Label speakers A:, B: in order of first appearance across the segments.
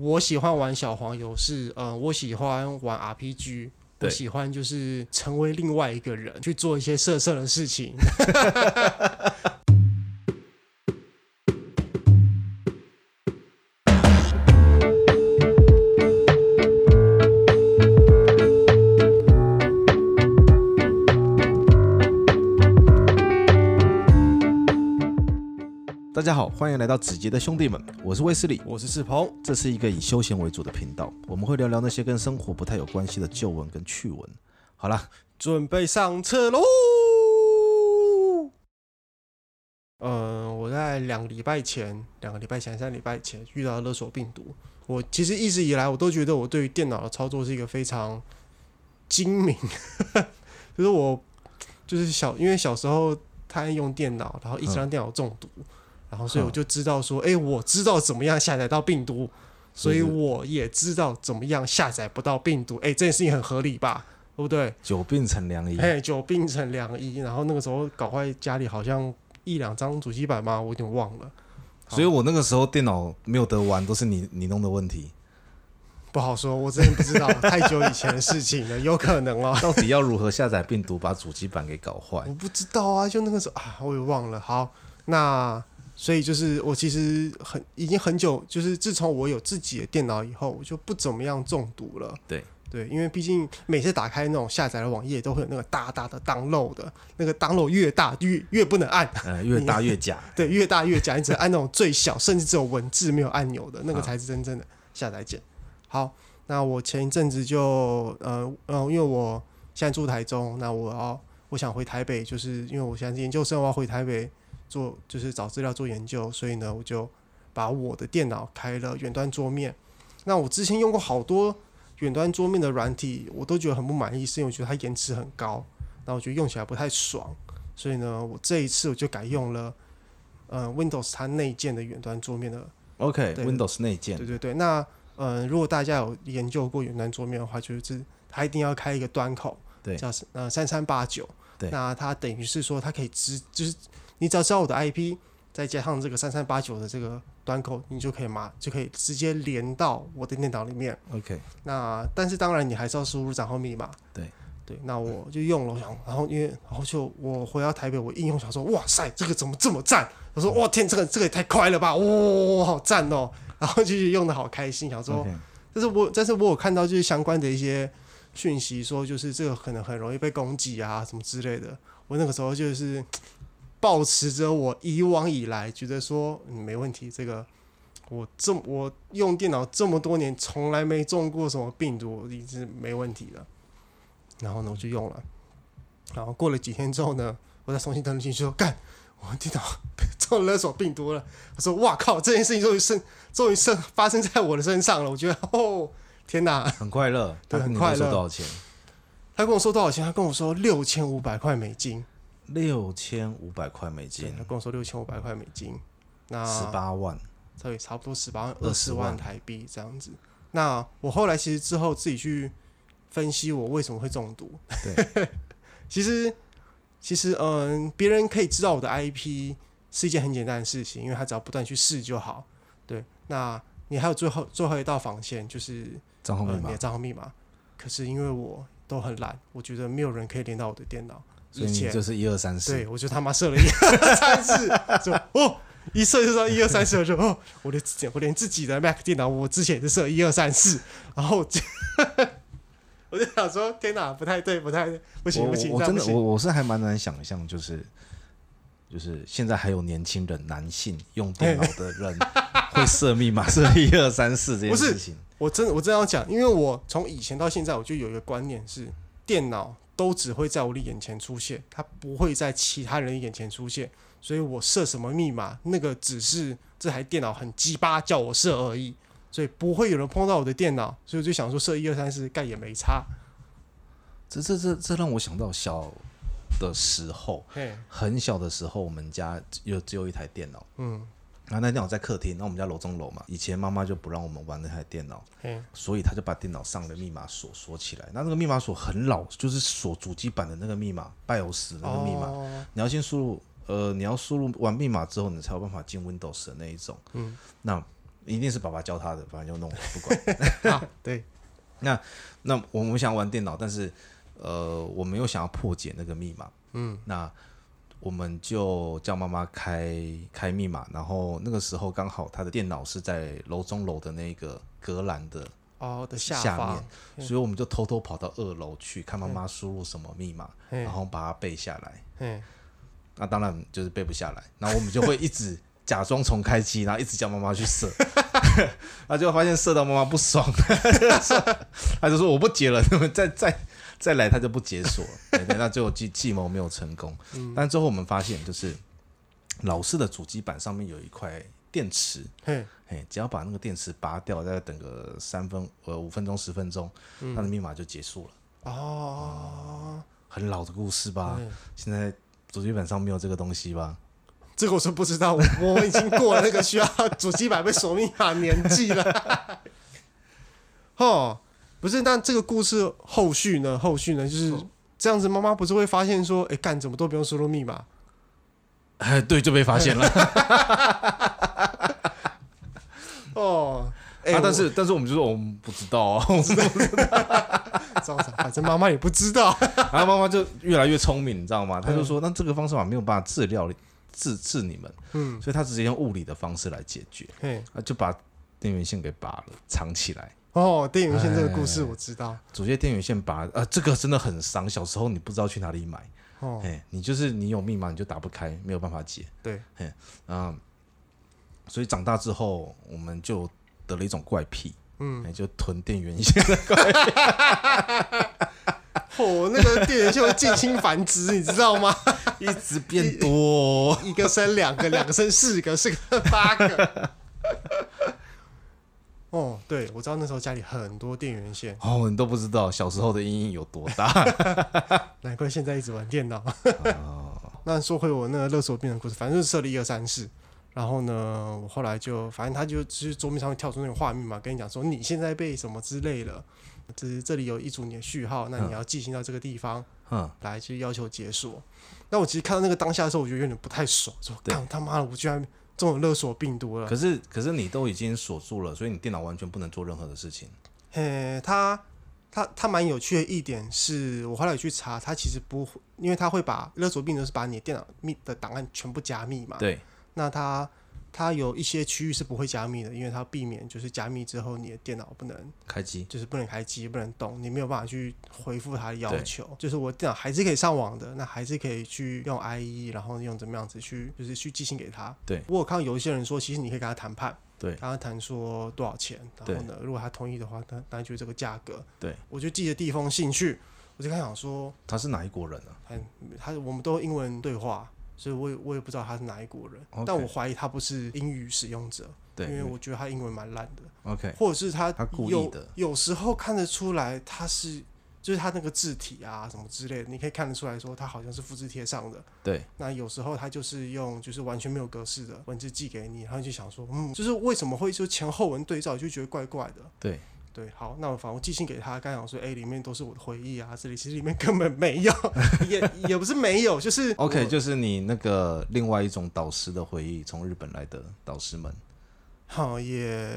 A: 我喜欢玩小黄游是，呃，我喜欢玩 RPG，我
B: 对
A: 喜欢就是成为另外一个人，去做一些色色的事情。
B: 大家好，欢迎来到子杰的兄弟们，我是威斯利。
A: 我是世鹏，
B: 这是一个以休闲为主的频道，我们会聊聊那些跟生活不太有关系的旧闻跟趣闻。好啦，
A: 准备上车喽。呃，我在两个礼拜前，两个礼拜前、三个礼拜前遇到勒索病毒。我其实一直以来，我都觉得我对于电脑的操作是一个非常精明， 就是我就是小，因为小时候太爱用电脑，然后一直让电脑中毒，然后所以
B: 嗯
A: 我就知道说，哎、我知道怎么样下载到病毒，所以
B: 是是
A: 我也知道怎么样下载不到病毒。哎、这件事情很合理吧？对不对？
B: 久病成良医，
A: 哎，久病成良医。然后那个时候搞坏家里好像一两张主机板嘛，我有点忘了，
B: 所以我那个时候电脑没有得玩，都是你你弄的问题。
A: 不好说，我真的不知道，太久以前的事情了，有可能哦。
B: 到底要如何下载病毒把主机板给搞坏
A: 我？不知道啊，就那个时候啊，我也忘了。好，那所以就是我其实很已经很久，就是自从我有自己的电脑以后，我就不怎么样中毒了。
B: 对
A: 对，因为毕竟每次打开那种下载的网页，都会有那个大大的 download 的，那个 download 越大越越不能按，
B: 呃，越大越假。
A: 对，越大越假，你只能按那种最小，甚至只有文字没有按钮的那个
B: 好
A: 才是真正的下载键。好，那我前一阵子就呃呃，因为我现在住台中，那我要我想回台北，就是因为我现在是研究生，我要回台北做就是找资料做研究，所以呢，我就把我的电脑开了远端桌面。那我之前用过好多远端桌面的软体，我都觉得很不满意，是因为我觉得它延迟很高，那我觉得用起来不太爽，所以呢，我这一次我就改用了。呃，Windows 它内建的远端桌面的，对
B: OK，Windows、内建
A: 对对对。那呃，如果大家有研究过远端桌面的话，就是它一定要开一个端口，
B: 对
A: 叫呃三三八九，
B: 对
A: 那它等于是说它可以直，就是你只要知道我的 IP，再加上这个三三八九的这个端口，你就可以嘛，就可以直接连到我的电脑里面。
B: OK，
A: 那但是当然你还是要输入账号密码。
B: 对
A: 对，那我就用了，我想，然后因为然后就我回到台北，我应用想说，哇塞，这个怎么这么赞？我说，哇天，这个这个也太快了吧，哇、好赞哦！然后就是用的好开心，想说
B: OK，
A: 但是我但是我有看到就是相关的一些讯息，说就是这个可能很容易被攻击啊什么之类的。我那个时候就是保持着我以往以来觉得说、嗯、没问题，这个我这么我用电脑这么多年从来没中过什么病毒，一直没问题的。然后呢，我就用了，然后过了几天之后呢，我再重新登录进去说干。我电脑 被中勒索病毒了，我说哇靠，这件事情终于生终于生发生在我的身上了，我觉得哦天哪！
B: 很快乐。
A: 对
B: 他跟你
A: 很快乐
B: 多收多少钱？
A: 他跟我说多少钱？他跟我说六千五百块美金，
B: 六千五百块美
A: 对，
B: 金
A: 他，跟我说六千五百块美金，那
B: 十八万。
A: 对，差不多十八万二十
B: 20
A: 万
B: 万
A: 台币这样子。那我后来其实之后自己去分析我为什么会中毒。对， 其实其实嗯，别人可以知道我的 IP 是一件很简单的事情，因为他只要不断去试就好。对，那你还有最后最后一道防线就是
B: 账号
A: 呃
B: 密
A: 你
B: 码
A: 的，账号密码。可是因为我都很懒，我觉得没有人可以连到我的电脑。
B: 所以
A: 以前
B: 你就是一二三四
A: 对，我就他妈射了一 二三四，就哦，一射就到一二三四，我就哦，我连自己我连自己的 Mac 电脑，我之前也是射一二三四，然后我就 我就想说，天哪，不太对，不太对，不行
B: 我
A: 不行，
B: 我
A: 这样
B: 我真
A: 不
B: 的
A: 行
B: 我我是还蛮难想象，就是就是现在还有年轻人男性用电脑的 人会设密码设一二三四这件
A: 不是
B: 事情。
A: 我真的我真的要讲，因为我从以前到现在，我就有一个观念是，电脑都只会在我的眼前出现，它不会在其他人的眼前出现，所以我设什么密码，那个只是这台电脑很鸡巴叫我设而已，所以不会有人碰到我的电脑，所以我就想说设一二三四，干也没差。
B: 这这这这让我想到小的时候，
A: 嘿，
B: 很小的时候，我们家有只有一台电脑，
A: 嗯，
B: 然后那电脑在客厅，那我们家楼中楼嘛，以前妈妈就不让我们玩那台电脑，
A: 嘿，
B: 所以他就把电脑上的密码锁锁起来。那那个密码锁很老，就是锁主机板的那个密码，拜欧斯那个密码。
A: 哦
B: 你要先输入，呃，你要输入完密码之后，你才有办法进 Windows 的那一种。
A: 嗯，
B: 那一定是爸爸教他的，反正就弄了， 不管。
A: 啊，对，
B: 那我们想玩电脑，但是呃，我们又想要破解那个密码，嗯，那我们就叫妈妈开开密码，然后那个时候刚好他的电脑是在楼中楼的那个隔栏的
A: 哦的下
B: 下
A: 方
B: 面，，所以我们就偷偷跑到二楼去看妈妈输入什么密码，
A: 嗯
B: 然后把它背下来。
A: 嗯，
B: 那当然就是背不下来，然后我们就会一直 假装重开机，然后一直叫妈妈去射，然后就发现射到妈妈不爽， 他就说我不解了， 你们再再再来他就不解锁了，对对，那最后计计谋没有成功，但最后我们发现就是老式的主机板上面有一块电池，
A: 嘿，
B: 哎，只要把那个电池拔掉，大概等个三分呃五分钟十分钟，它的密码就结束了。
A: 哦，
B: 很老的故事
A: 啊
B: 吧？现在主机板上没有这个东西吧？
A: 这个我是不知道，我我已经过了那个需要主机板被锁密码年纪了。 哦，不是，但这个故事后续呢？后续呢？就是这样子，妈妈不是会发现说，哎，干怎么都不用输入密码？
B: 哎， 对，就被发现了。
A: 哦，哎、
B: 啊，但是但是我们就说我们不知道啊，我知道。
A: 我知道反正妈妈也不知道。
B: 然后妈妈就越来越聪明，你知道吗？她就说，那这个方式法没有办法治疗治治你们，
A: 嗯，
B: 所以她直接用物理的方式来解决，
A: 嘿，
B: 啊，就把电源线给拔了，藏起来。
A: 哦，电影线这个故事我知道。
B: 主线电源线拔，啊，这个真的很伤。小时候你不知道去哪里买，
A: 哦，
B: 哎、你就是你有密码你就打不开，没有办法解。
A: 对，
B: 啊、所以长大之后我们就得了一种怪癖，嗯，就囤电源线。
A: 哦，那个电源线会近亲繁殖，你知道吗？
B: 一直变多、哦
A: 一个生两个，两个生四个，四个八个。哦，对，我知道那时候家里很多电源线，
B: 哦，你都不知道小时候的阴影有多大。
A: 难怪现在一直玩电脑。 那说回我那个勒索病人的故事，反正就是设立一二三四。然后呢，我后来就反正他就就是桌面上会跳出那个画面嘛，跟你讲说你现在被什么之类了，这这里有一组你的序号，那你要寄信到这个地方。
B: 嗯，
A: 来去要求解锁。那我其实看到那个当下的时候，我觉得有点不太爽，说
B: 对
A: 干他妈的，我居然中了勒索病毒了
B: 可。是可是你都已经锁住了，所以你电脑完全不能做任何的事情。
A: 呃，他他他蛮有趣的一点是，我后来有去查，他其实不会，因为他会把勒索病毒是把你的电脑密的档案全部加密嘛。。
B: 对，
A: 那他他有一些区域是不会加密的，因为他避免就是加密之后你的电脑不能
B: 开机。
A: 就是不能开机，不能动，你没有办法去回复他的要
B: 对
A: 求。就是我电脑还是可以上网的，那还是可以去用 IE，然后用怎么样子去，就是去寄信给他。
B: 对
A: 我有看到有一些人说，其实你可以跟他谈判，
B: 对
A: 跟他谈说多少钱，然后呢，如果他同意的话，那那就这个价格。
B: 对，
A: 我就寄了第一封信去，我就跟他讲说，
B: 他是哪一国人啊？
A: 嗯，他我们都用英文对话。所以我也我也不知道他是哪一国人
B: OK
A: 但我怀疑他不是英语使用者，
B: 对
A: 因为我觉得他英文蛮烂的。
B: ，OK，
A: 或者是他
B: 他故意
A: 有
B: 的
A: 有时候看得出来他是就是他那个字体啊什么之类的，你可以看得出来说他好像是复制贴上的。
B: 对，
A: 那有时候他就是用就是完全没有格式的文字寄给你，然后你就想说，嗯，就是为什么会就前后文对照，就觉得怪怪的。
B: 对，
A: 对，好，那我反正我寄信给他，刚讲说，哎、里面都是我的回忆啊，这里其实里面根本没有， 也也不是没有，就是我
B: ，OK，就是你那个另外一种导师的回忆，从日本来的导师们。
A: 好，也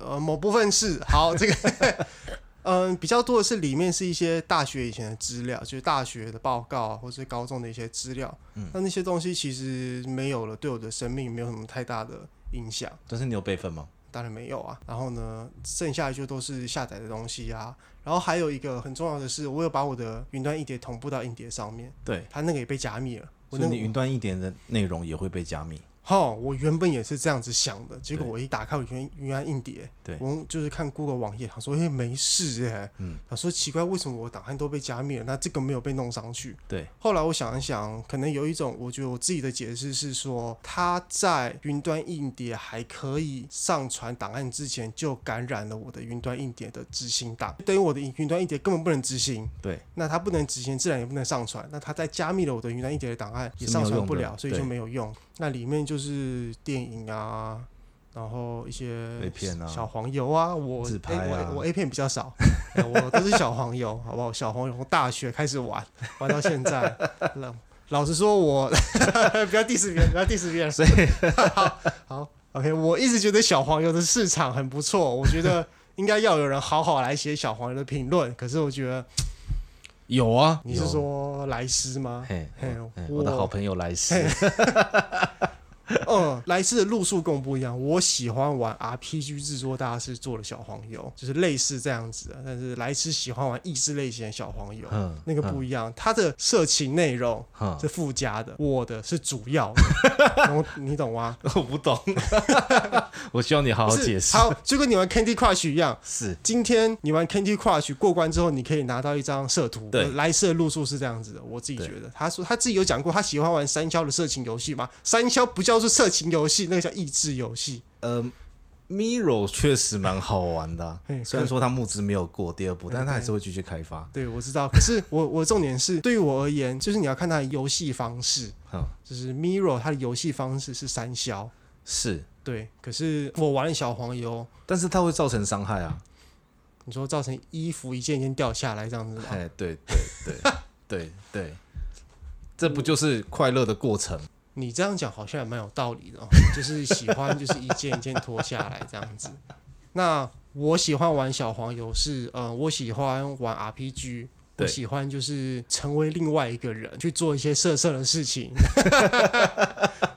A: 呃某部分是好这个， 嗯，比较多的是里面是一些大学以前的资料，就是大学的报告啊，或是高中的一些资料。
B: 嗯
A: 那那些东西其实没有了，对我的生命没有什么太大的影响，
B: 但是你有备份吗？
A: 当然没有啊。然后呢，剩下的就都是下载的东西啊。然后还有一个很重要的是，我有把我的云端硬碟同步到硬碟上面，
B: 对，
A: 它那个也被加密了。我
B: 所以
A: 那
B: 你
A: 个
B: 云端一点的内容也会被加密。
A: 哦，我原本也是这样子想的，结果
B: 对
A: 我一打开我原云端硬碟，
B: 对
A: 我就是看 Google 网页，他说哎、诶没事哎、
B: 嗯
A: 他说奇怪为什么我档案都被加密了，那这个没有被弄上去。
B: 对，
A: 后来我想一想，可能有一种我觉得我自己的解释是说，他在云端硬碟还可以上传档案之前，就感染了我的云端硬碟的执行档，等于我的云端硬碟根本不能执行。
B: 对，
A: 那它不能执行，自然也不能上传。那它在加密了我的云端硬碟的档案，也
B: 是没有
A: 上传
B: 用
A: 不
B: 的
A: 了，所以
B: 对
A: 就没有用。那里面就是电影啊，然后一些
B: A 片啊
A: 小黄油啊，我
B: 自拍啊
A: 诶我我 A 片比较少， 诶我都是小黄油，好不好？小黄油从大学开始玩，玩到现在。 老老实说我，不要 diss 别人，不要 diss 别人。
B: 所以
A: 好， OK，我一直觉得小黄油的市场很不错，我觉得应该要有人好好来写小黄油的评论。可是我觉得
B: 有啊，
A: 你是
B: 有
A: 说莱斯吗？
B: 嘿，
A: 嘿
B: 嘿我的好朋友来世，
A: 嗯，莱斯的路数跟我不一样。我喜欢玩 RPG 制作大师做的小黄油，就是类似这样子的。但是莱斯喜欢玩益智类型的小黄油，
B: 嗯，
A: 那个不一样。它的色情内容
B: 嗯，
A: 是附加的，我的是主要 的。然后你懂吗？
B: 嗯我不懂， 我希望你好好
A: 不是
B: 解释。
A: 好，就跟你玩 Candy Crush 一样。
B: 是，
A: 今天你玩 Candy Crush 过关之后，你可以拿到一张色图。
B: 对
A: 呃莱斯的路数是这样子的，我自己觉得。他说他自己有讲过，他喜欢玩三消的色情游戏嘛？三消不叫做色情游戏，那个叫益智游戏。
B: 呃，Miro 确实蛮好玩的啊、
A: 嘿
B: 虽然说它募资没有过第二步，但它还是会继续开发。
A: 对，我知道。可是我 我重点是，对于我而言，就是你要看它的游戏方式，
B: 嗯，
A: 就是 Miro 它的游戏方式是三消。
B: 是，
A: 对，可是我玩了小黄油，
B: 但是它会造成伤害啊。
A: 你说造成衣服一件一件掉下来这样子吗？
B: 哎，对对 对对对，这不就是快乐的过程？
A: 你这样讲好像也蛮有道理的、哦， 就是喜欢就是一件一件脱下来这样子。那我喜欢玩小黄游是，呃，我喜欢玩 RPG，我
B: 对
A: 喜欢就是成为另外一个人去做一些色色的事情，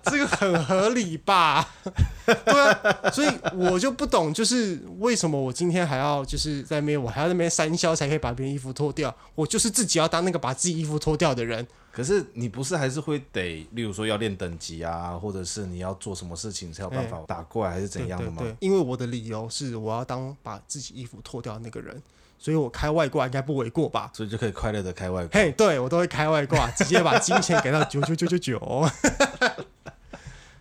A: 这个很合理吧？ 对啊，所以我就不懂，就是为什么我今天还要就是在那边，我还要在那边三消才可以把别人衣服脱掉，我就是自己要当那个把自己衣服脱掉的人，
B: 可是你不是还是会得，例如说要练等级啊，或者是你要做什么事情才有办法打怪，还是怎样的吗
A: 哎对？对对，因为我的理由是我要当把自己衣服脱掉的那个人，所以我开外挂应该不为过吧？
B: 所以就可以快乐的开外挂。
A: 嘿、对我都会开外挂，直接把金钱给到九九九九九，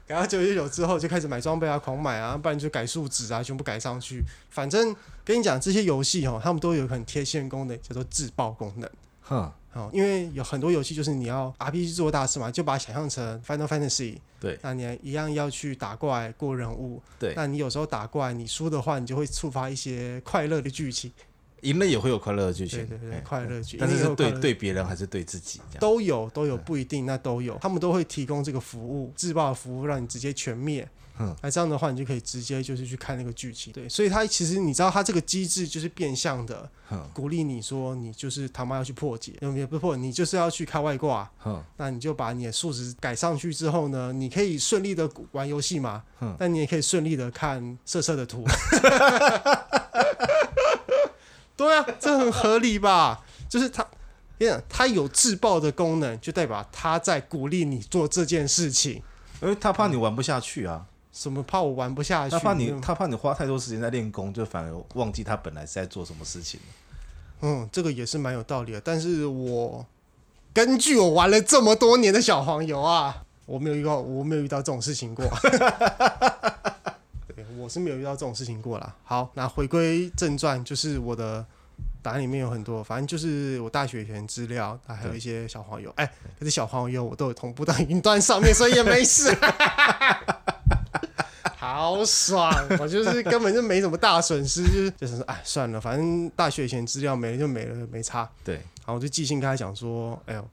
A: 给到九九九之后就开始买装备啊，狂买啊，不然就改数值啊，全部改上去。反正跟你讲，这些游戏哦，他们都有一个很贴现功能，叫做自爆功能。
B: 哼，
A: 哦，因为有很多游戏就是你要 RPG 做大事嘛，就把它想象成 Final Fantasy，
B: 对
A: 那你一样要去打怪过任务，
B: 对，
A: 那你有时候打怪，你输的话，你就会触发一些快乐的剧情。
B: 赢了也会有快乐的剧
A: 对
B: 情，
A: 对对，
B: 哎
A: 快乐剧，
B: 但
A: 因
B: 是
A: 为有
B: 是对哎
A: 快乐
B: 对别人还是对自己这样。
A: 都有都有不一定，那都有，他们都会提供这个服务，自爆的服务让你直接全灭。
B: 嗯，
A: 那这样的话，你就可以直接就是去看那个剧情。对，所以它其实你知道，它这个机制就是变相的
B: 哼
A: 鼓励你说，你就是他妈要去破解，也不是破，你就是要去开外挂。
B: 哼，
A: 那你就把你的数值改上去之后呢，你可以顺利的玩游戏嘛
B: 嗯，
A: 但你也可以顺利的看色色的图。对啊，这很合理吧？就是它，你看它有自爆的功能，就代表它在鼓励你做这件事情。
B: 因为他怕你玩不下去啊，
A: 什么怕我玩不下去？
B: 他怕你他怕你花太多时间在练功，就反而忘记他本来是在做什么事情。
A: 嗯，这个也是蛮有道理的。但是我根据我玩了这么多年的小黄油啊，我没有遇到，我没有遇到这种事情过。 对，我是没有遇到这种事情过啦。好，那回归正传，就是我的答案里面有很多，反正就是我大学以前资料，那还有一些小黄油。哎、可是小黄油我都有同步到云端上面，所以也没事。 好爽！我就是根本就没什么大损失，就是就是说，哎，算了，反正大学以前资料没了就没了，没差。
B: 对，
A: 然后我就寄信跟他讲说，哎呦，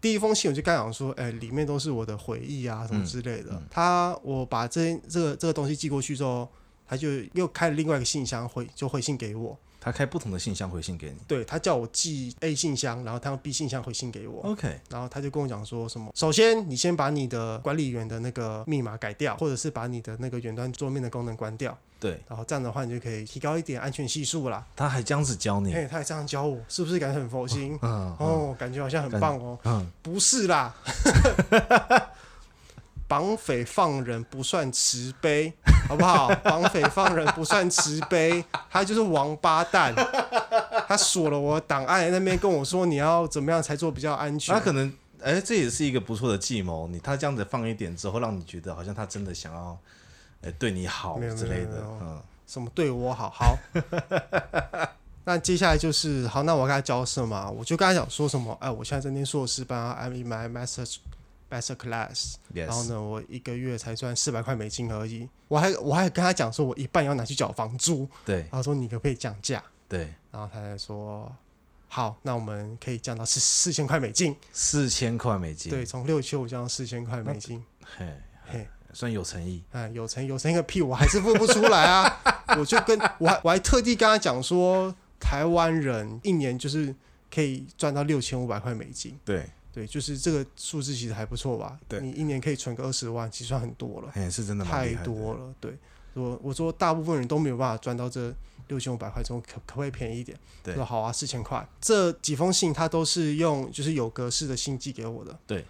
A: 第一封信我就跟他讲说，哎，里面都是我的回忆啊什么之类的。他我把这这个这个东西寄过去之后，他就又开了另外一个信箱回就回信给我，
B: 他开不同的信箱回信给你。
A: 对他叫我寄 A 信箱，然后他用 B 信箱回信给我。
B: OK，
A: 然后他就跟我讲说什么，首先你先把你的管理员的那个密码改掉，或者是把你的那个远端桌面的功能关掉，
B: 对，
A: 然后这样的话你就可以提高一点安全系数啦。
B: 他还这样子教你。
A: 嘿，他也这样教我，是不是感觉很佛心？
B: 嗯
A: 哦，感觉好像很棒哦。
B: 嗯，
A: 不是啦， 绑匪放人不算慈悲，好不好？绑匪放人不算慈悲，他就是王八蛋。他锁了我的档案，那边跟我说你要怎么样才做比较安全
B: 他。可能哎，这也是一个不错的计谋。你他这样子放一点之后，让你觉得好像他真的想要哎对你好
A: 没有
B: 之
A: 没有
B: 类
A: 没
B: 的
A: 有。
B: 嗯，
A: 什么对我好好。 那接下来就是好，那我跟他交涉嘛，我就跟他讲说什么，哎，我现在在念硕士班啊，I'm in my master master class，然后
B: Yes，
A: 呢，我一个月才赚四百块美金而已，我还我还跟他讲说，我一半要拿去缴房租，
B: 对
A: 然后说你可不可以降价，
B: 对，
A: 然后他才说。好，那我们可以降到四四千块美金，
B: 四千块美金。
A: 对，从六千五降到四千块美金，
B: 嘿，
A: 嘿，
B: 算有诚意。
A: 哎，有成有成个屁，我还是付不出来啊！ 我就跟我还我还特地跟他讲说，台湾人一年就是可以赚到六千五百块美金，
B: 对，
A: 对，就是这个数字其实还不错吧？
B: 对
A: 你一年可以存个二十万，其实算很多了，
B: 哎，是真的蛮
A: 太
B: 厉害的。
A: 多了。对，我我说大部分人都没有办法赚到这六千五百块中，可可不可以便宜一点？
B: 对
A: 说好啊，四千块。这几封信他都是用就是有格式的信寄给我的。
B: 对，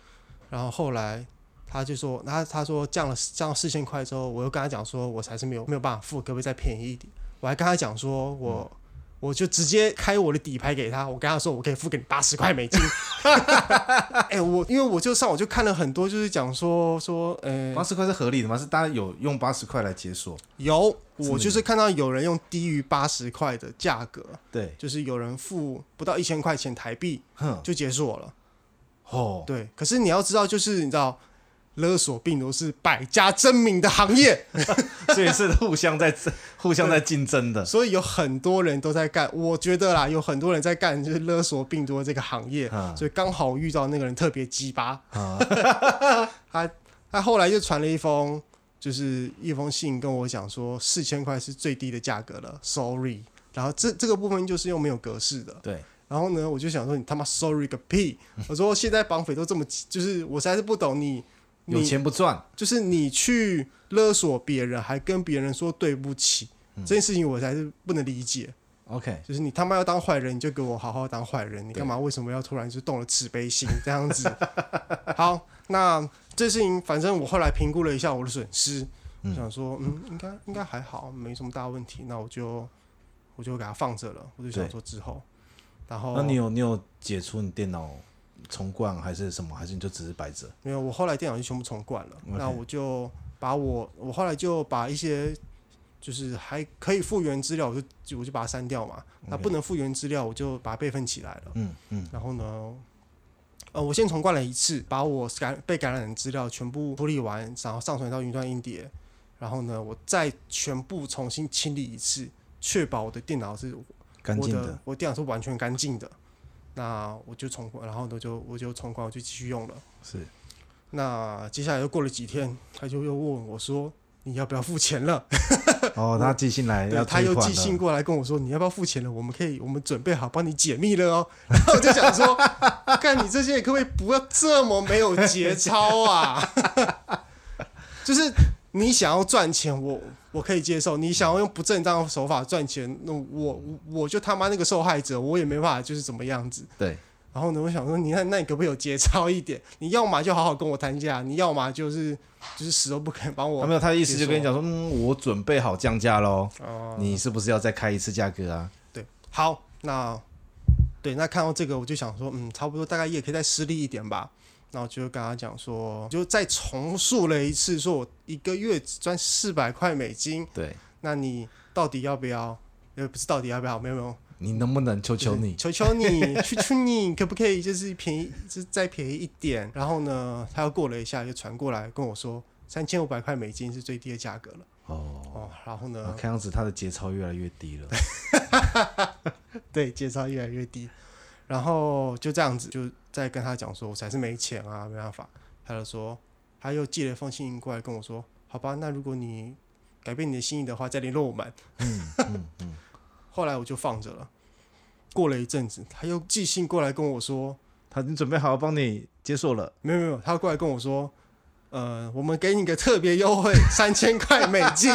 A: 然后后来他就说，他他说降了降到四千块之后，我又跟他讲说，我才是没有没有办法付，可不可以再便宜一点？我还跟他讲说我。
B: 嗯
A: 我就直接开我的底牌给他，我跟他说我可以付给你八十块美金。 哎、我因为我就上网就看了很多，就是讲说说，呃，
B: 八十块是合理的吗？是大家有用八十块来解锁？
A: 有，
B: 真的
A: 我就是看到有人用低于八十块的价格，
B: 对，
A: 就是有人付不到一千块钱台币
B: 哼，
A: 就解锁了。
B: 哦，
A: 对，可是你要知道，就是你知道，勒索病毒是百家争鸣的行业，
B: 所以是互相在互相在竞争的。
A: 所以有很多人都在干。我觉得啦，有很多人在干就是勒索病毒的这个行业，
B: 啊
A: 所以刚好遇到那个人特别鸡巴，
B: 啊，
A: 他他后来就传了一封。就是一封信跟我讲说，四千块是最低的价格了，sorry。然后这这个部分就是又没有格式的，
B: 对，
A: 然后呢，我就想说你他妈 sorry 个屁！我说现在绑匪都这么，就是我实在是不懂你，
B: 有
A: 你
B: 钱不赚，
A: 就是你去勒索别人，还跟别人说对不起，
B: 嗯
A: 这件事情我才是不能理解。
B: OK，
A: 就是你他妈要当坏人，你就给我好好当坏人，你
B: 对
A: 干嘛？为什么要突然就动了慈悲心这样 子？好，那这事情反正我后来评估了一下我的损失，
B: 嗯
A: 我想说嗯，应该应该还好，没什么大问题，那我就我就给它放着了，我就想
B: 对
A: 说之后。然后，
B: 那你有你有解除你电脑重灌还是什么？还是你就只是摆着？
A: 没有，我后来电脑就全部重灌了。
B: OK
A: 那我就把我我后来就把一些就是还可以复原资料，我就就我就把它删掉嘛。那
B: OK
A: 不能复原资料，我就把它备份起来了。
B: 嗯嗯，
A: 然后呢，呃，我先重灌了一次，把我感被感染的资料全部处理完，然后上传到云端硬碟。然后呢，我再全部重新清理一次，确保我的电脑是
B: 干净
A: 我
B: 的
A: 的。我电脑是完全干净的。那我就重灌，然后呢就我就重灌，我就继续用了。
B: 是，
A: 那接下来又过了几天，他就又问我说：“你要不要付钱了
B: 哦，他寄信？”来
A: 对，
B: 要
A: 他又
B: 退款
A: 寄信
B: 了，
A: 过来跟我说：“你要不要付钱了？我们可以，我们准备好帮你解密了哦。” 然后我就想说：“看你这些人可不可以不要这么没有节操啊？ 就是你想要赚钱，我我可以接受；你想要用不正当的手法赚钱，那我我我就他妈那个受害者，我也没办法，就是怎么样子。”
B: 对，
A: 然后呢，我想说，你看，那你可不可以有节操一点？ 你要嘛就好好跟我谈价，你要嘛就是就是死都不肯帮
B: 他
A: 我
B: 没。有，他的意思就跟你讲说，嗯，我准备好降价喽，
A: 哦、
B: 你是不是要再开一次价格啊？
A: 对，好，那对，那看到这个，我就想说，嗯，差不多，大概也可以再失利一点吧。然后就跟他讲说，就再重述了一次，说我一个月只赚四百块美金，
B: 对，
A: 那你到底要不要？呃，不是到底要不要？没有没有，
B: 你能不能求求你？
A: 就是求求你，求求你，可不可以就是便宜，就是再便宜一点？然后呢，他又过了一下，又传过来跟我说，三千五百块美金是最低的价格了。
B: 哦，
A: 哦，然后呢
B: 啊，看样子他的节操越来越低了。
A: 对，介绍越来越低，然后就这样子，就再跟他讲说，我才是没钱啊，没办法。他就说，他又寄了一封信过来跟我说，好吧，那如果你改变你的心意的话，再联络我们。
B: 嗯嗯嗯，
A: 后来我就放着了。过了一阵子，他又寄信过来跟我说，
B: 他已经准备好帮你接受 了。
A: 没有没有，他过来跟我说，呃，我们给你个特别优惠，三千块美金。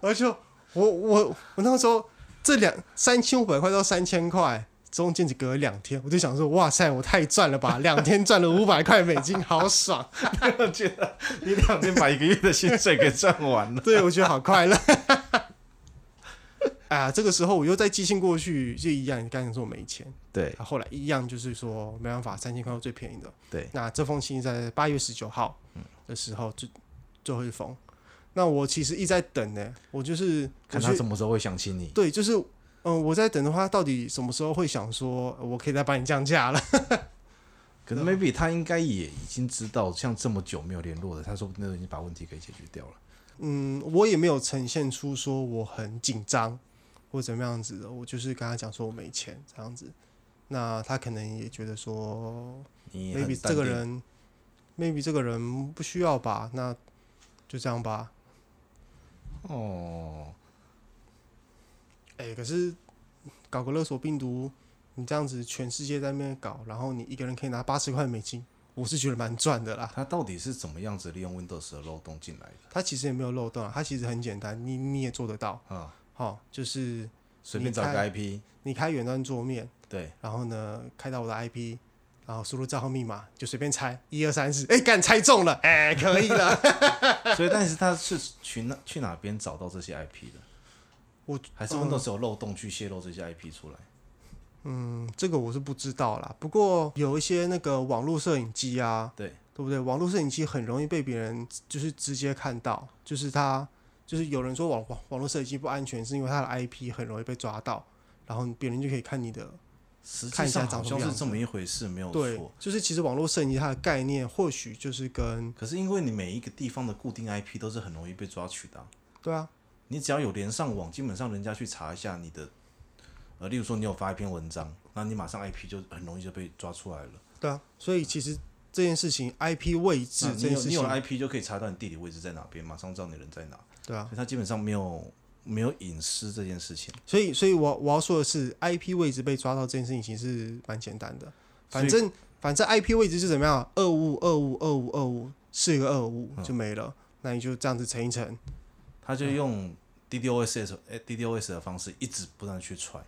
A: 而且我我我那个时候这两三千五百块到三千块。中间只隔了两天，我就想说，哇塞，我太赚了吧！两天赚了五百块美金，好爽！
B: 我觉得你两天把一个月的薪水给赚完了。
A: 对，我觉得好快乐。哎呀，这个时候我又再寄信过去，就一样，刚才说我没钱，
B: 对
A: 他后来一样就是说没办法，三千块是最便宜的。
B: 对，嗯
A: 那这封信在八月十九号的时候最最后一封。那我其实一直在等呢、我就是我
B: 看他
A: 去
B: 什么时候会想起你。
A: 对，就是嗯、呃我在等的话，到底什么时候会想说呃我可以再把你降价了？
B: 可
A: 啊
B: 是 maybe 他应该也已经知道，像这么久没有联络的，他说不定都已经把问题给解决掉了。
A: 嗯，我也没有呈现出说我很紧张或怎么样子的，我就是跟他讲说我没钱这样子。那他可能也觉得说
B: 你很
A: ，maybe
B: 淡
A: 这个
B: 定
A: 人，maybe 这个人不需要吧，那就这样吧。
B: 哦，
A: 哎、可是搞个勒索病毒，你这样子全世界在那边搞，然后你一个人可以拿八十块美金，我是觉得蛮赚的啦。
B: 他到底是怎么样子利用 Windows 的漏洞进来的
A: 它其实也没有漏洞啊，它其实很简单，你你也做得到。
B: 啊？
A: 好、就是
B: 随便找个
A: 你看
B: IP，
A: 你开远端桌面，
B: 对，
A: 然后呢开到我的 IP，然后输入账号密码，就随便猜一二三四，哎，干猜中了，哎、可以了。
B: 所以但是他是去哪去哪边找到这些 IP 的？
A: 我
B: 还是
A: 嗯
B: Windows 有漏洞去泄露这些 IP 出来？
A: 嗯，这个我是不知道啦。不过有一些那个网络摄影机啊，
B: 对
A: 对不对？网络摄影机很容易被别人就是直接看到，就是它就是有人说网网网络摄影机不安全，是因为它的 IP 很容易被抓到，然后别人就可以看你的。
B: 实
A: 看
B: 际
A: 一下长
B: 上好
A: 什么
B: 像
A: 样
B: 是
A: 子
B: 这么一回事，没有
A: 对
B: 错。，
A: 就是其实网络摄影机它的概念或许就是跟
B: 可是因为你每一个地方的固定 IP 都是很容易被抓取的啊、
A: 对啊，
B: 你只要有连上网，基本上人家去查一下你的，呃，例如说你有发一篇文章，那你马上 IP 就很容易就被抓出来了。
A: 对啊，所以其实这件事情 IP 位置
B: 那
A: 这
B: 啊你
A: 件
B: 有
A: 事
B: 你有
A: 情
B: 了，IP 就可以查到你地理位置在哪边，马上知道你人在哪。
A: 对啊
B: 所，以他基本上没有没有隐私这件事情。
A: 所以所以我我要说的是，IP 位置被抓到这件事情其实是蛮简单的，反
B: 所以
A: 正反正 IP 位置是怎么样，二五二五二五二五是一个二五
B: 嗯
A: 就没了，那你就这样子乘一乘，
B: 他
A: 嗯
B: 就用 DDoS 的哎 DDoS 的方式一直不断地去踹。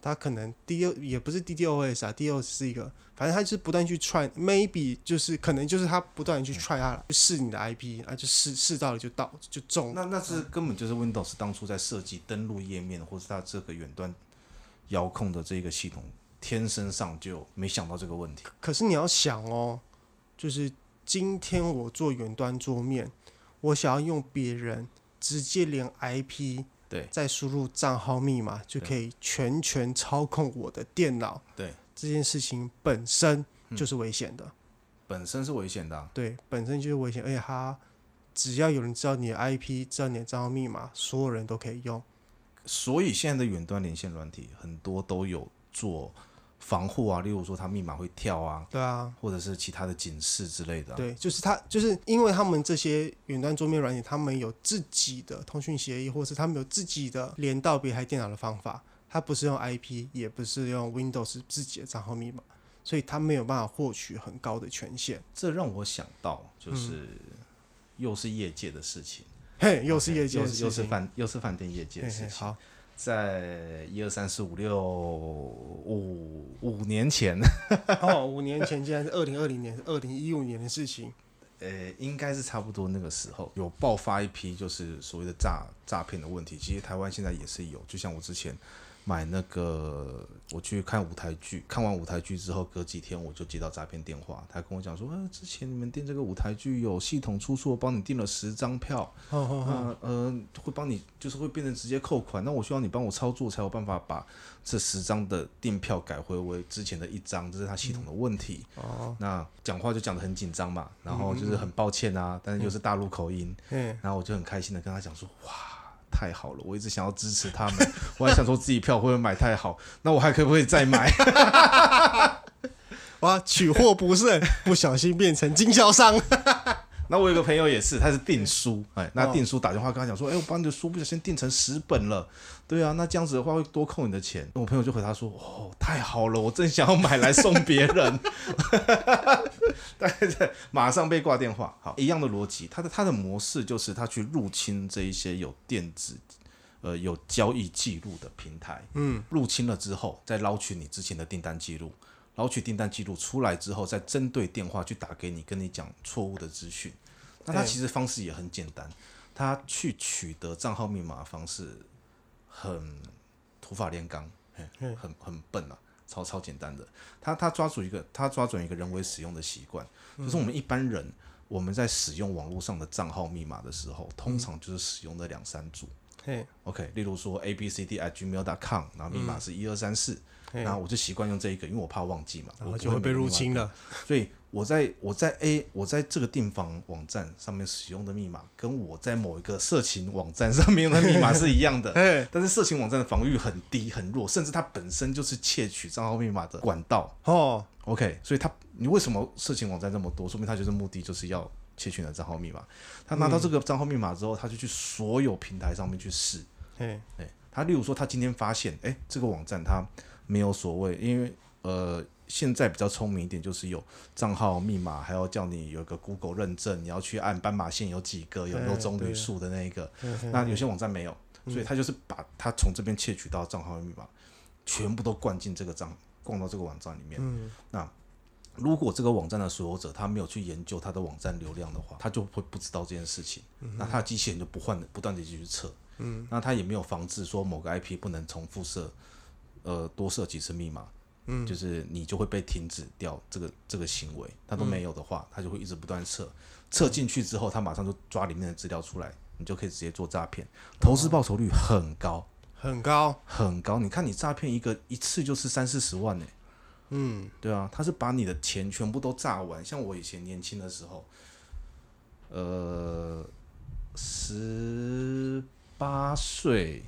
A: 它可能 D O 也不是 D D O S 啊，D O S 是一个，反正它就是不断去 try maybe 就是可能就是它不断地
B: 嗯
A: 去 try 它去试你的 IP 啊，就试试到了就到就中，
B: 那那是根本就是 Windows 当初在设计登录页面或是它这个远端遥控的这个系统，天生上就没想到这个问题。
A: 可是你要想哦，就是今天我做远端桌面，我想要用别人直接连 IP
B: 对
A: 再输入账号密码就可以全权操控我的电脑，
B: 对，
A: 这件事情本身就是危险的，
B: 本身是危险的啊、
A: 对，本身就是危险，而且它只要有人知道你的 IP，知道你的账号密码，所有人都可以用。
B: 所以现在的远端连线软体很多都有做防护啊，例如说它密码会跳啊，
A: 对啊，
B: 或者是其他的警示之类的啊、
A: 对，就是他，就是因为他们这些远端桌面软件，他们有自己的通讯协议，或是他们有自己的连到别台电脑的方法，它不是用 IP，也不是用 Windows 自己的账号密码，所以他没有办法获取很高的权限。
B: 这让我想到就是、
A: 嗯
B: 又是业界的事情，
A: 嘿，又是业界
B: 又
A: 的
B: 是又
A: 事
B: 是
A: 情，
B: 饭又是饭店业界的
A: 嘿
B: 事
A: 嘿
B: 情。
A: 好，
B: 在一二三四五六五五年前，
A: 哦，五年前竟然是二零二零年、二零一五年的事 情，
B: 呃，应该是差不多那个时候有爆发一批就是所谓的诈诈骗的问题。其实台湾现在也是有，就像我之前买那个，我去看舞台剧，看完舞台剧之后，隔几天我就接到诈骗电话，他跟我讲说，呃，之前你们订这个舞台剧有系统出错，帮你订了十张票，
A: 哦哦哦，
B: 那呃会帮你就是会变成直接扣款，那我需要你帮我操作才有办法把这十张的订票改回为之前的一张，这是他系统的问题。
A: 哦，
B: 那讲话就讲得很紧张嘛，然后就是很抱歉啊，但是又是大陆口音，
A: 嘿，
B: 然后我就很开心的跟他讲说，哇。太好了，我一直想要支持他们，我还想说自己票会不会买太好，那我还可不可以再买？
A: 哇，取货不慎， 不小心变成经销商，
B: 那我有个朋友也是，他是订书，哎，那订书打电话跟他讲说，哎、我把你的书不小心订成十本了，对啊，那这样子的话会多扣你的钱。我朋友就回他说，哦，太好了，我正想要买来送别人， 但是马上被挂电话。好，一样的逻辑，他的他的模式就是他去入侵这一些有电子。呃，有交易记录的平台，嗯，入侵了之后，再捞取你之前的订单记录，捞取订单记录出来之后，再针对电话去打给你，跟你讲错误的资讯。那他
A: 对
B: 其实方式也很简单，他去取得账号密码的方式很土法炼钢，嘿
A: 嗯
B: 很很笨啊，超超简单的。他他抓住一个他抓准一个人为使用的习惯，就是
A: 嗯
B: 我们一般人我们在使用网络上的账号密码的时候，
A: 嗯
B: 通常就是使用的两三组。
A: 嘿，
B: OK，例如说 A B C D at gmail.com，然后密
A: 嗯
B: 码是一二三四，
A: 嘿
B: 然后我就习惯用这一个，因为我怕忘记嘛，
A: 然后
B: 我
A: 就会被入侵
B: 了。
A: 了，，
B: 所以我在我在 A 我在这个订房网站上面使用的密码，跟我在某一个色情网站上面用的密码是一样的
A: 哎，
B: 但是色情网站的防御很低很弱，甚至它本身就是窃取账号密码的管道。
A: 哦，
B: OK，所以他你为什么色情网站这么多？说明他就是目的就是要窃取你的账号密码。他拿
A: 嗯
B: 到这个账号密码之后，他就去所有平台上面去试。
A: 哎，
B: 哎、他例如说他今天发现，哎、这个网站他没有所谓，因为呃现在比较聪明一点，就是有账号密码，还要叫你有一个 Google 认证，你要去按斑马线有几个，有
A: 对
B: 有中
A: 对
B: 语数的那一个。
A: 嘿嘿
B: 那有些网站没有，所以他就是把他从这边窃取到账号密码，全部都灌进这个账，灌到这个网站里面。
A: 嗯，
B: 如果这个网站的所有者他没有去研究他的网站流量的话，他就会不知道这件事情。那他的机器人就不换不断的去测，嗯，那他也没有防治说某个 IP 不能重复设，呃，多设几次密码，嗯，就是你就会被停止掉这个这个行为。他都没有的话，他就会一直不断测，测进去之后，他马上就抓里面的资料出来，你就可以直接做诈骗，投资报酬率很高
A: 很高，
B: 很高。你看你诈骗一个一次就是三四十万呢、
A: 嗯，
B: 对啊，他是把你的钱全部都榨完。像我以前年轻的时候，呃，十八岁、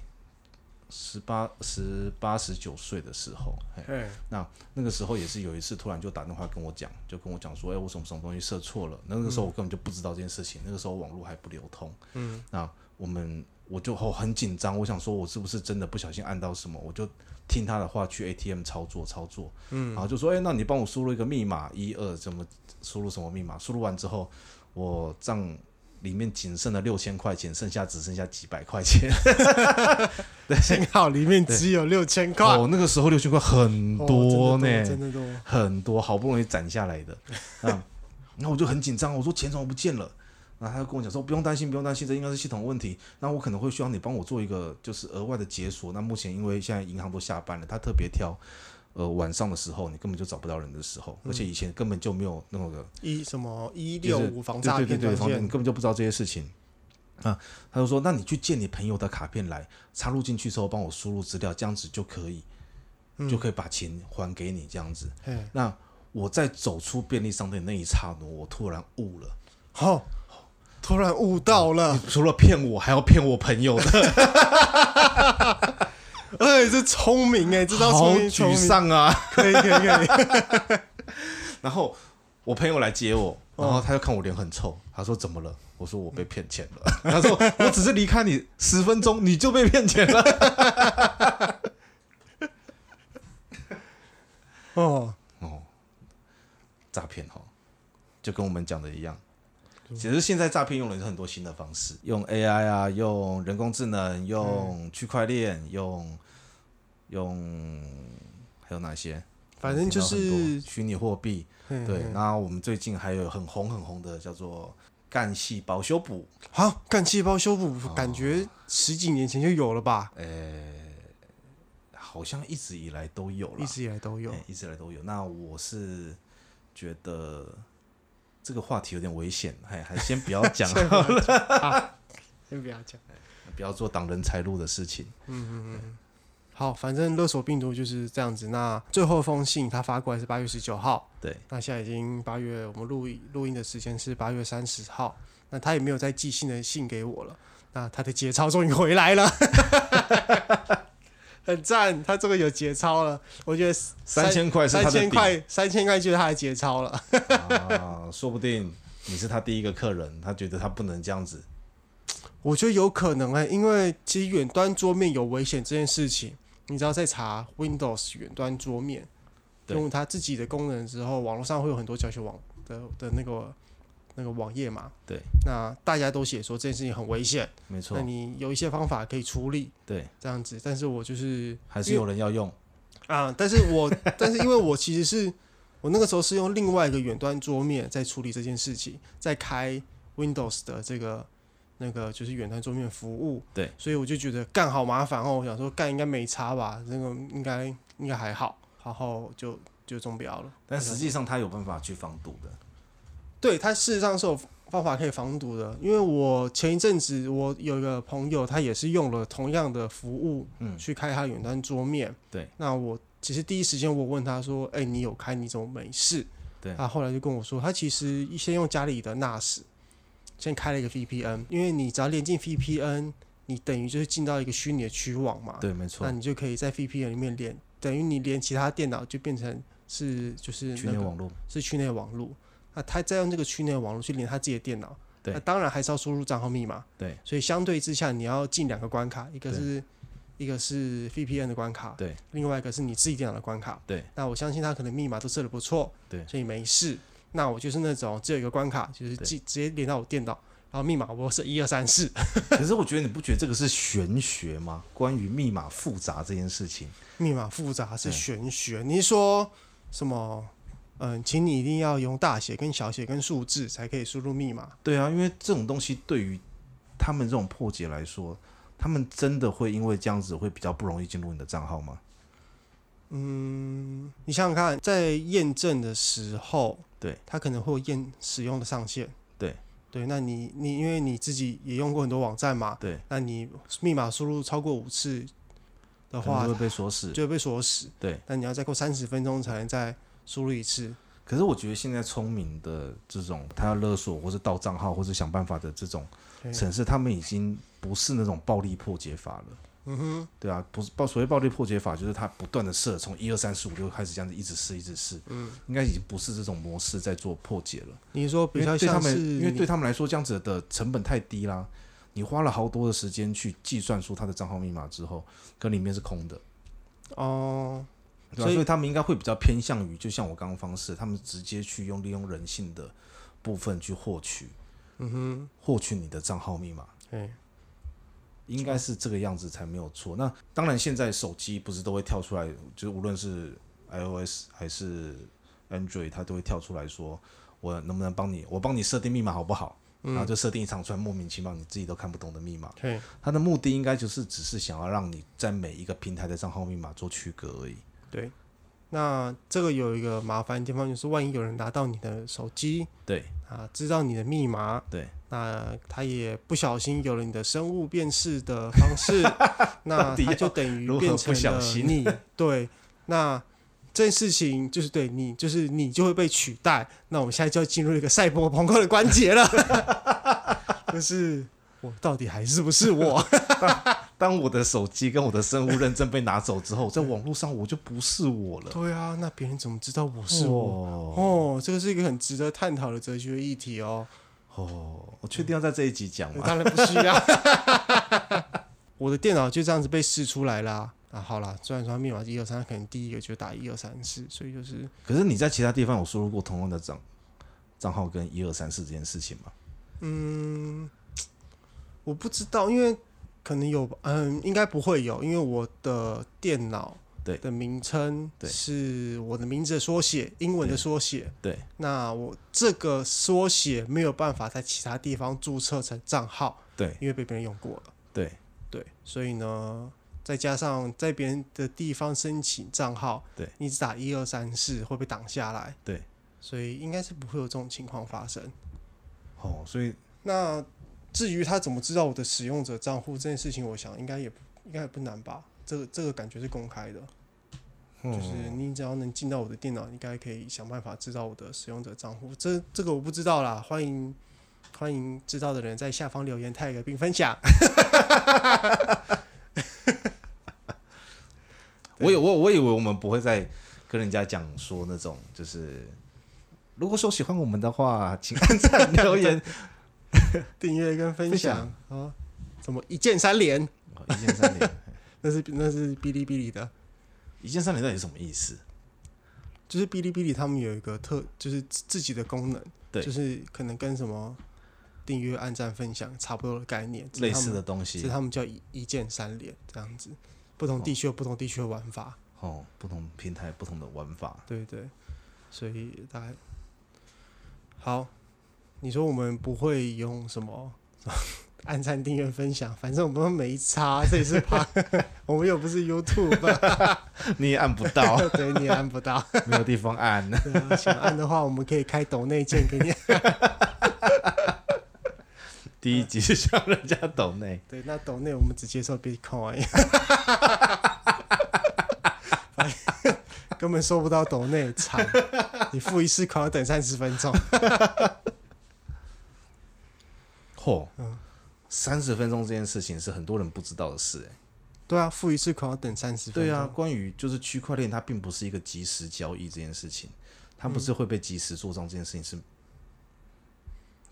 B: 十八、十八、十九岁的时候，嘿
A: 嘿，
B: 那那个时候也是有一次突然就打电话跟我讲，就跟我讲说，哎、我什么什么东西设错了。那
A: 嗯
B: 个时候我根本就不知道这件事情，那个时候网络还不流通。嗯，那我们我就哦很紧张，我想说我是不是真的不小心按到什么，我就听他的话去 ATM 操作操作。嗯，然后就说，哎、那你帮我输入一个密码，一二怎么输入什么密码？输入完之后，我账。里面仅剩了六千块钱，剩下只剩下几百块钱。
A: 幸好里面只有六千块，
B: 哦，那个时候六千块很
A: 哦
B: 多
A: 真
B: 呢、
A: 的真的多，
B: 很多，好不容易攒下来的。 啊，然后我就很紧张，我说钱怎么不见了？然后他就跟我讲说不用担心，不用担心，这应该是系统问题。那我可能会需要你帮我做一个就是额外的解锁。那目前因为现在银行都下班了，他特别挑。呃，晚上的时候你根本就找不到人的时候，而且以前根本就没有那个
A: 一什么一
B: 就
A: 六
B: 是
A: 五防诈骗
B: 对对对
A: 专
B: 对，防骗你
A: 线，
B: 根本就不知道这些事情。啊，他就说，那你去借你朋友的卡片来，插入进去之后帮我输入资料，这样子就可以，就可以把钱还给你这样子。
A: 嗯嘿，
B: 那我在走出便利商店那一刹那，我突然悟了，
A: 好，哦突然悟到了，
B: 除了骗我，还要骗我朋 友的，
A: 哎，这聪明哎，这招
B: 嗯好
A: 聪明，聪
B: 沮
A: 明，
B: 丧啊！
A: 可以可以可以，
B: 然后我朋友来接我，
A: 哦
B: 然后他就看我脸很臭，他说怎么了？我说我被骗钱了。 他说我只是离开你十分钟，你就被骗钱了。
A: 哦，
B: 哦，诈骗哈，就跟我们讲的一样。其实现在诈骗用了很多新的方式，用 AI 啊，用人工智能，用
A: 嗯
B: 区块链，用用还有哪些？
A: 反正就
B: 我们听到很
A: 是
B: 多虚拟货币。
A: 嘿
B: 对，那我们最近还有很红很红的叫做干细胞修补，
A: 好，干细胞修补，
B: 哦
A: 感觉十几年前就有了吧，
B: 好像一直以来都有
A: 一
B: 了，
A: 直以来都有
B: 哎，一直以来都有。那我是觉得这个话题有点危险，还还 先不要讲
A: 先不要讲啊 先不要讲。
B: 不要做挡人财路的事情。
A: 好，反正勒索病毒就是这样子。那最后一封信他发过来是八月十九号，
B: 对，
A: 那现在已经八月，我们录音录音的时间是八月三十号，那他也没有再寄信的信给我了。那他的节操终于回来了， 很赞，他终于有节操了。我觉得
B: 三千块是他
A: 三
B: 的
A: 千
B: 底
A: 块，三千块就是他的节操了。
B: 啊，说不定你是他第一个客人，他觉得他不能这样子。
A: 我觉得有可能哎、因为其实远端桌面有危险这件事情，你只要在查 Windows 远端桌面，
B: 对
A: 用它自己的功能之后，网络上会有很多教学网的的那个那个网页嘛。
B: 对，
A: 那大家都写说这件事情很危险，
B: 没错
A: 那，你有一些方法可以处理
B: 对，
A: 这样子，但是我就是
B: 还是有人要用。
A: 啊、但是我 但是因为我其实是我那个时候是用另外一个远端桌面在处理这件事情，在开 Windows 的这个那个就是远端桌面服务，
B: 对，
A: 所以我就觉得干好麻烦哦，我想说干应该没差吧，那个应该应该还好，然后就就中标了。
B: 但实际上他有办法去防堵的。
A: 对，它事实上是有方法可以防毒的，因为我前一阵子我有一个朋友，他也是用了同样的服务，
B: 嗯
A: 去开他远端桌面，
B: 对，
A: 那我其实第一时间我问他说，哎、你有开，你怎么没事？
B: 对
A: 他后来就跟我说，他其实先用家里的 NAS，先开了一个 VPN，因为你只要连进 VPN，你等于就是进到一个虚拟的区网嘛，
B: 对，没错
A: 那，你就可以在 VPN 里面连，等于你连其他电脑就变成是就是
B: 去
A: 那
B: 年
A: 个
B: 网络，
A: 是区内网络，那他再用这个区内网络去连他自己的电脑，
B: 对
A: 那当然还是要输入账号密码，
B: 对，
A: 所以相对之下你要进两个关卡，一个
B: 对
A: 是一个是 VPN 的关卡，
B: 对，
A: 另外一个是你自己电脑的关卡，
B: 对，
A: 那我相信他可能密码都设的不错，
B: 对
A: 所以没事。那我就是那种只有一个关卡，就是
B: 对
A: 直直接连到我电脑，然后密码我是一二三四，
B: 可是我觉得你不觉得这个是玄学吗？关于密码复杂这件事情，
A: 密码复杂是
B: 对
A: 玄学。你是说什么？嗯，请你一定要用大写跟小写跟数字才可以输入密码。
B: 对啊，因为这种东西对于他们这种破解来说，他们真的会因为这样子会比较不容易进入你的账号吗？
A: 嗯，你想想看，在验证的时候，
B: 对，
A: 它可能会有验使用的上限。
B: 对，
A: 对，那你你因为你自己也用过很多网站嘛，
B: 对，
A: 那你密码输入超过五次的
B: 可能
A: 话
B: 就，会被锁死。
A: 就会被锁死。
B: 对，
A: 那你要再过三十分钟才能再输入一次。
B: 可是我觉得现在聪明的这种，他要勒索或是盗账号或是想办法的这种
A: 对
B: 城市，他们已经不是那种暴力破解法了。
A: 嗯哼，
B: 对啊，不是暴所谓暴力破解法，就是他不断的射，从一二三四五六开始这样子一直试一直试，
A: 嗯，
B: 应该已经不是这种模式在做破解了。
A: 你说比
B: 因
A: 较
B: 为对他
A: 像是
B: 们，因为
A: 你
B: 对他们来说，这样子的成本太低啦。你花了好多的时间去计算出他的账号密码之后，可里面是空的，
A: 哦，
B: 对吧、啊
A: 所以
B: 所以他们应该会比较偏向于，就像我刚刚方式，他们直接去用利用人性的部分去获取
A: 嗯哼，
B: 获取你的账号密码，
A: 对，
B: 应该是这个样子才没有错。那当然，现在手机不是都会跳出来，就是无论是 iOS 还是 Android，它都会跳出来说，我能不能帮你，我帮你设定密码好不好？然后
A: 嗯，
B: 就设定一长串莫名其妙你自己都看不懂的密码。
A: 对，
B: 它的目的应该就是只是想要让你在每一个平台的账号密码做区隔而已。
A: 对。那这个有一个麻烦的地方，就是万一有人拿到你的手机，
B: 对
A: 啊，知道你的密码，
B: 对，
A: 那他也不小心有了你的生物辨识的方 式，那
B: 到底
A: 他
B: 要
A: 就等于
B: 如何
A: 变
B: 不
A: 成
B: 小
A: 了
B: 心
A: 你。对，那这件事情就是对你，就是你就会被取代。那我们现在就要进入一个赛博朋克的关节 了，就是我到底还是不是 我？
B: 当我的手机跟我的生物认证被拿走之后，在网络上我就不是 我了。
A: 对啊，那别人怎么知道我是我？
B: 哦
A: 哦，这个是一个很值得探讨的哲学议题哦。
B: 哦，我确定要在这一集讲吗？
A: 当然不需要。 我的电脑就这样子被试出来啦。啊，好啦，虽然说它密码是一二三，可能第一个就打一二三四，所以就是
B: 可是你在其他地方有输入过同样的账账号跟一二三四这件事情吗？
A: 嗯，我不知道，因为可能有，嗯，应该不会有，因为我的电脑
B: 对
A: 的名称
B: 对
A: 是我的名字的缩写，英文的
B: 对
A: 缩写。
B: 对，
A: 那我这个缩写没有办法在其他地方注册成账号，
B: 对
A: 因为被别人用过了。
B: 对
A: 对，所以呢，再加上在别人的地方申请账号，
B: 对
A: 你只打一二三四会被挡下来，
B: 对，
A: 所以应该是不会有这种情况发生。
B: 哦，所以
A: 那至于他怎么知道我的使用者账户这件事情，我想应该也不应该也不难吧。这个这个感觉是公开的，
B: 嗯
A: 就是你只要能进到我的电脑，应该可以想办法知道我的使用者账户。这这个我不知道啦，欢迎欢迎知道的人在下方留言 tag 并分享。
B: 我以我我以为我们不会再跟人家讲说那种就是，如果说喜欢我们的话，请按赞留 言，
A: 订阅跟分
B: 分
A: 享
B: 享
A: 啊，怎么一键三连？
B: 哦一键三连，
A: 那是那是哔哩哔哩的，
B: 一键三连到底是什么意思？
A: 就是哔哩哔哩他们有一个特，就是自自己的功能，
B: 对
A: 就是可能跟什么订阅、按赞、分享差不多的概念，只是
B: 类
A: 他
B: 似
A: 们
B: 的东
A: 只是
B: 西
A: 他们叫一一键三连这样子。不同地区有不同地区的玩法，
B: 哦，不同平台不同的玩法。
A: 对对，所以大概好，你说我们不会用什么？ 按赞、订阅、分享，反正我们没差，这也是怕 我们又不是 YouTube。
B: 你也按不到，
A: 对你也按不到。
B: 没有地方按。
A: 对啊想按的话，我们可以开抖内键给你。
B: 第一集是向人家抖内，
A: 对，那抖内我 们只接受 Bitcoin。根本收不到抖内，惨！你付一次款要等三十分钟，
B: 嚯，三十分钟这件事情是很多人不知道的事、哎。
A: 对啊，付一次款要等三十分钟。
B: 对啊，，关于就是区块链，它并不是一个即时交易这件事情，它不是会被即时做账这件事情是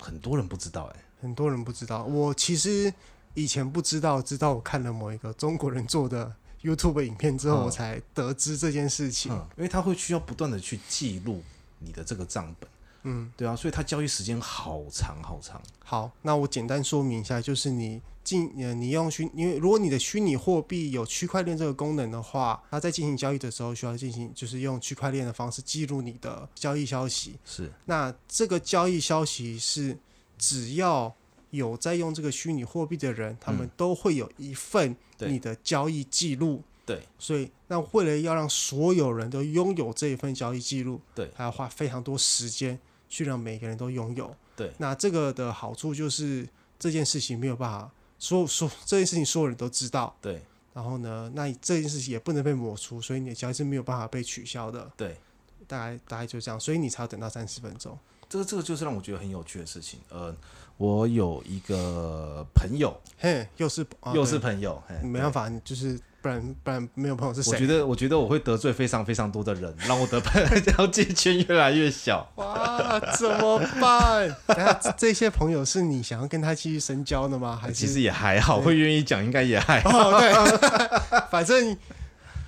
B: 很多人不知道、哎，
A: 很多人不知道。我其实以前不知道，直到我看了某一个中国人做的 YouTube 影片之后，
B: 嗯
A: 我才得知这件事情。
B: 嗯，因为它会需要不断的去记录你的这个账本，
A: 嗯，
B: 对啊，所以它交易时间好长好长，
A: 好，那我简单说明一下，就是你进呃，你用虚，因为如果你的虚拟货币有区块链这个功能的话，它在进行交易的时候需要进行，就是用区块链的方式记录你的交易消息。
B: 是
A: 那这个交易消息是只要有在用这个虚拟货币的人，他们都会有一份
B: 嗯对
A: 你的交易记录。
B: 对，
A: 所以那为了要让所有人都拥有这一份交易记录，
B: 对
A: 还要花非常多时间去让每个人都拥有。
B: 对
A: 那这个的好处就是这件事情没有办法说说这件事情所有人都知道，
B: 对
A: 然后呢，那这件事情也不能被抹除，所以你的交易是没有办法被取消的。
B: 对，
A: 大概大概就这样，所以你才要等到三十分钟。
B: 这个这个就是让我觉得很有趣的事情。呃，我有一个朋友，
A: 嘿，又是、啊、
B: 又是朋友，嘿
A: 对没办法，你就是不然不然没有朋友是
B: 我
A: 谁？
B: 觉得，我觉得我会得罪非常非常多的人，让我的朋友交际圈越来越小。
A: 哇，怎么办？ 等下这这些朋友是你想要跟他继续深交的吗？还是
B: 啊其实也还好，会愿意讲，应该也还好。
A: 哦，对， 反正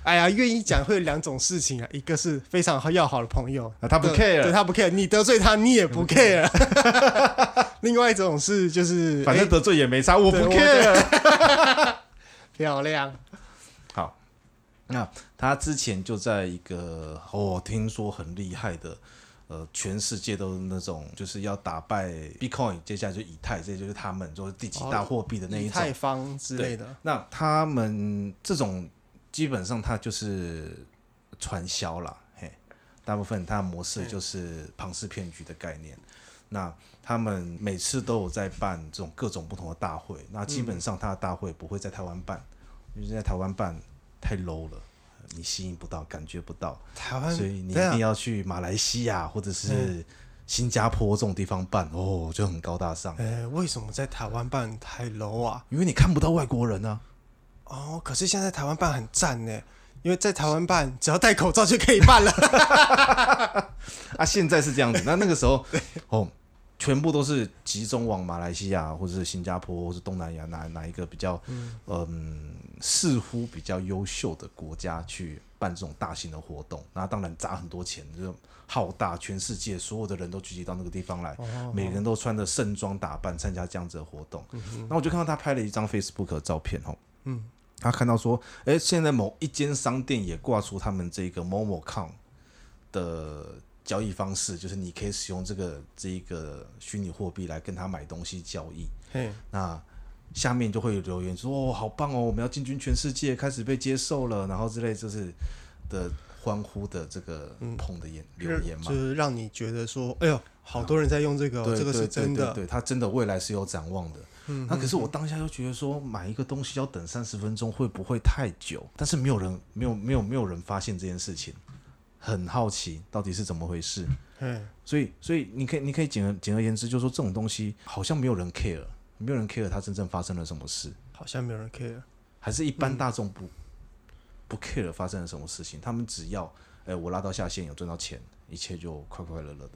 A: 哎呀，愿意讲会有两种事情啊，一个是非常要好的朋友，
B: 啊他不
A: 对
B: care 嗯
A: 对他不 care，你得罪他你也不 care。另 外一种是就是
B: 反正
A: 哎
B: 得罪也没差，我不
A: 对我
B: care。
A: 漂亮，
B: 好，那他之前就在一个哦，听说很厉害的，呃，全世界都那种就是要打败 Bitcoin，接下来就以太，这就是他们就是第几大货币的那一
A: 以
B: 种。
A: 太坊之类的，
B: 那他们这种基本上它就是传销啦，嘿，大部分它的模式就是庞氏骗局的概念。那他们每次都有在办这种各种不同的大会，那基本上他的大会不会在台湾办，因为在台湾办太 low 了，你吸引不到，感觉不到，
A: 台湾
B: 所以你一
A: 对啊嗯
B: 定要去马来西亚或者是新加坡这种地方办哦，就很高大上，
A: 哎，为什么在台湾办太 low 啊？
B: 因为你看不到外国人啊。
A: 哦，可是现在台湾办很赞呢，因为在台湾办只要戴口罩就可以办 了。
B: 啊，现在是这样子，那那个时候哦，全部都是集中往马来西亚或者是新加坡或是东南亚哪哪一个比较嗯、似乎比较优秀的国家去办这种大型的活动，那当然砸很多钱，就是浩大，全世界所有的人都聚集到那个地方来，每个人都穿着盛装打扮参加这样子的活动。然后我就看到他拍了一张 Facebook 的照片哦，
A: 嗯，
B: 他看到说，哎、现在某一间商店也挂出他们这个 MomoCon 的交易方式，就是你可以使用这个这一个虚拟货币来跟他买东西交易。
A: 嘿，
B: 那下面就会有留言说：“哦，好棒哦，我们要进军全世界，开始被接受了。”然后之类就是的欢呼的这个捧的言、留言嘛
A: 就。是让你觉得说，哎呦，好多人在用这个哦，
B: 对
A: 这个
B: 对
A: 是真
B: 对
A: 的。
B: 对对，他真的未来是有展望的。嗯，那可是我当下又觉得说，买一个东西要等三十分钟，会不会太久？但是没有人，没有没有没有人发现这件事情，很好奇到底是怎么回事。
A: 嘿，
B: 所以，所以你可以，你可以简而简而言之，就是说这种东西好像没有人 care，没有人 care 它真正发生了什么事，
A: 好像没有人 care。
B: 还是一
A: 嗯
B: 般大众不、不 care 发生了什么事情，他们只要，哎、我拉到下线有赚到钱，一切就快快乐乐的。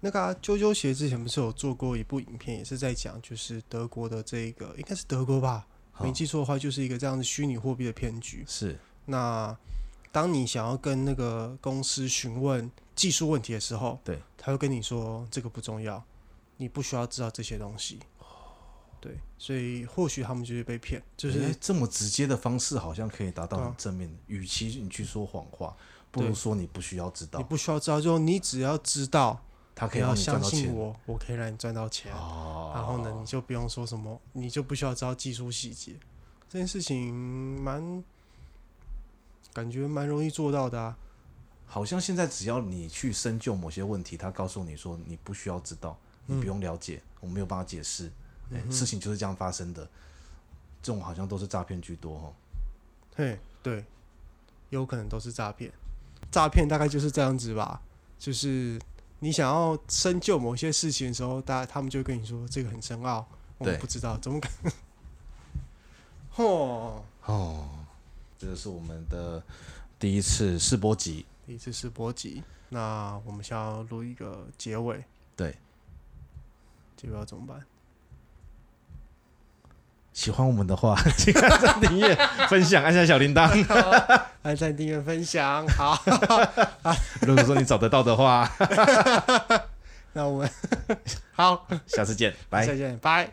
A: 那个、啊、啾啾鞋之前不是有做过一部影片，也是在讲就是德国的这个，应该是德国吧，
B: 好
A: 没记错的话，就是一个这样的虚拟货币的骗局。
B: 是，
A: 那当你想要跟那个公司询问技术问题的时候，
B: 对，
A: 他会跟你说这个不重要，你不需要知道这些东西。对，所以或许他们就是被骗，就是、
B: 哎这么直接的方式，好像可以达到
A: 对啊
B: 很正面的。与、其你去说谎话，不
A: 对
B: 如说你不需要知
A: 你
B: 道，
A: 不需要知道，就你只要知道，
B: 他可
A: 你
B: 以
A: 要
B: 让你赚
A: 相
B: 到
A: 信
B: 钱。
A: 我，我可以让你赚到钱。
B: 哦
A: 然后呢，你就不用说什么，你就不需要知道技术细节，这件事情蛮感觉蛮容易做到的啊。
B: 好像现在只要你去深究某些问题，他告诉你说你不需要知道，
A: 嗯
B: 你不用了解，我没有办法解释、哎事情就是这样发生的。这种好像都是诈骗居多哦。
A: 嘿，对，有可能都是诈骗。诈骗大概就是这样子吧，就是你想要深究某些事情的时候，大家他们就会跟你说这个很深奥，我们
B: 对
A: 不知道，怎么可能？ 哦，
B: 哦，这个是我们的第一次试播集，
A: 一次是波及，那我们想要录一个结尾，
B: 对，
A: 结尾要怎么办？
B: 喜欢我们的话，请按赞、订阅、分享，按下小铃铛。
A: 按赞、订阅、分享，好，
B: 如果说你找得到的话，
A: 那我们 好，
B: 下次见，拜
A: 再。见，拜。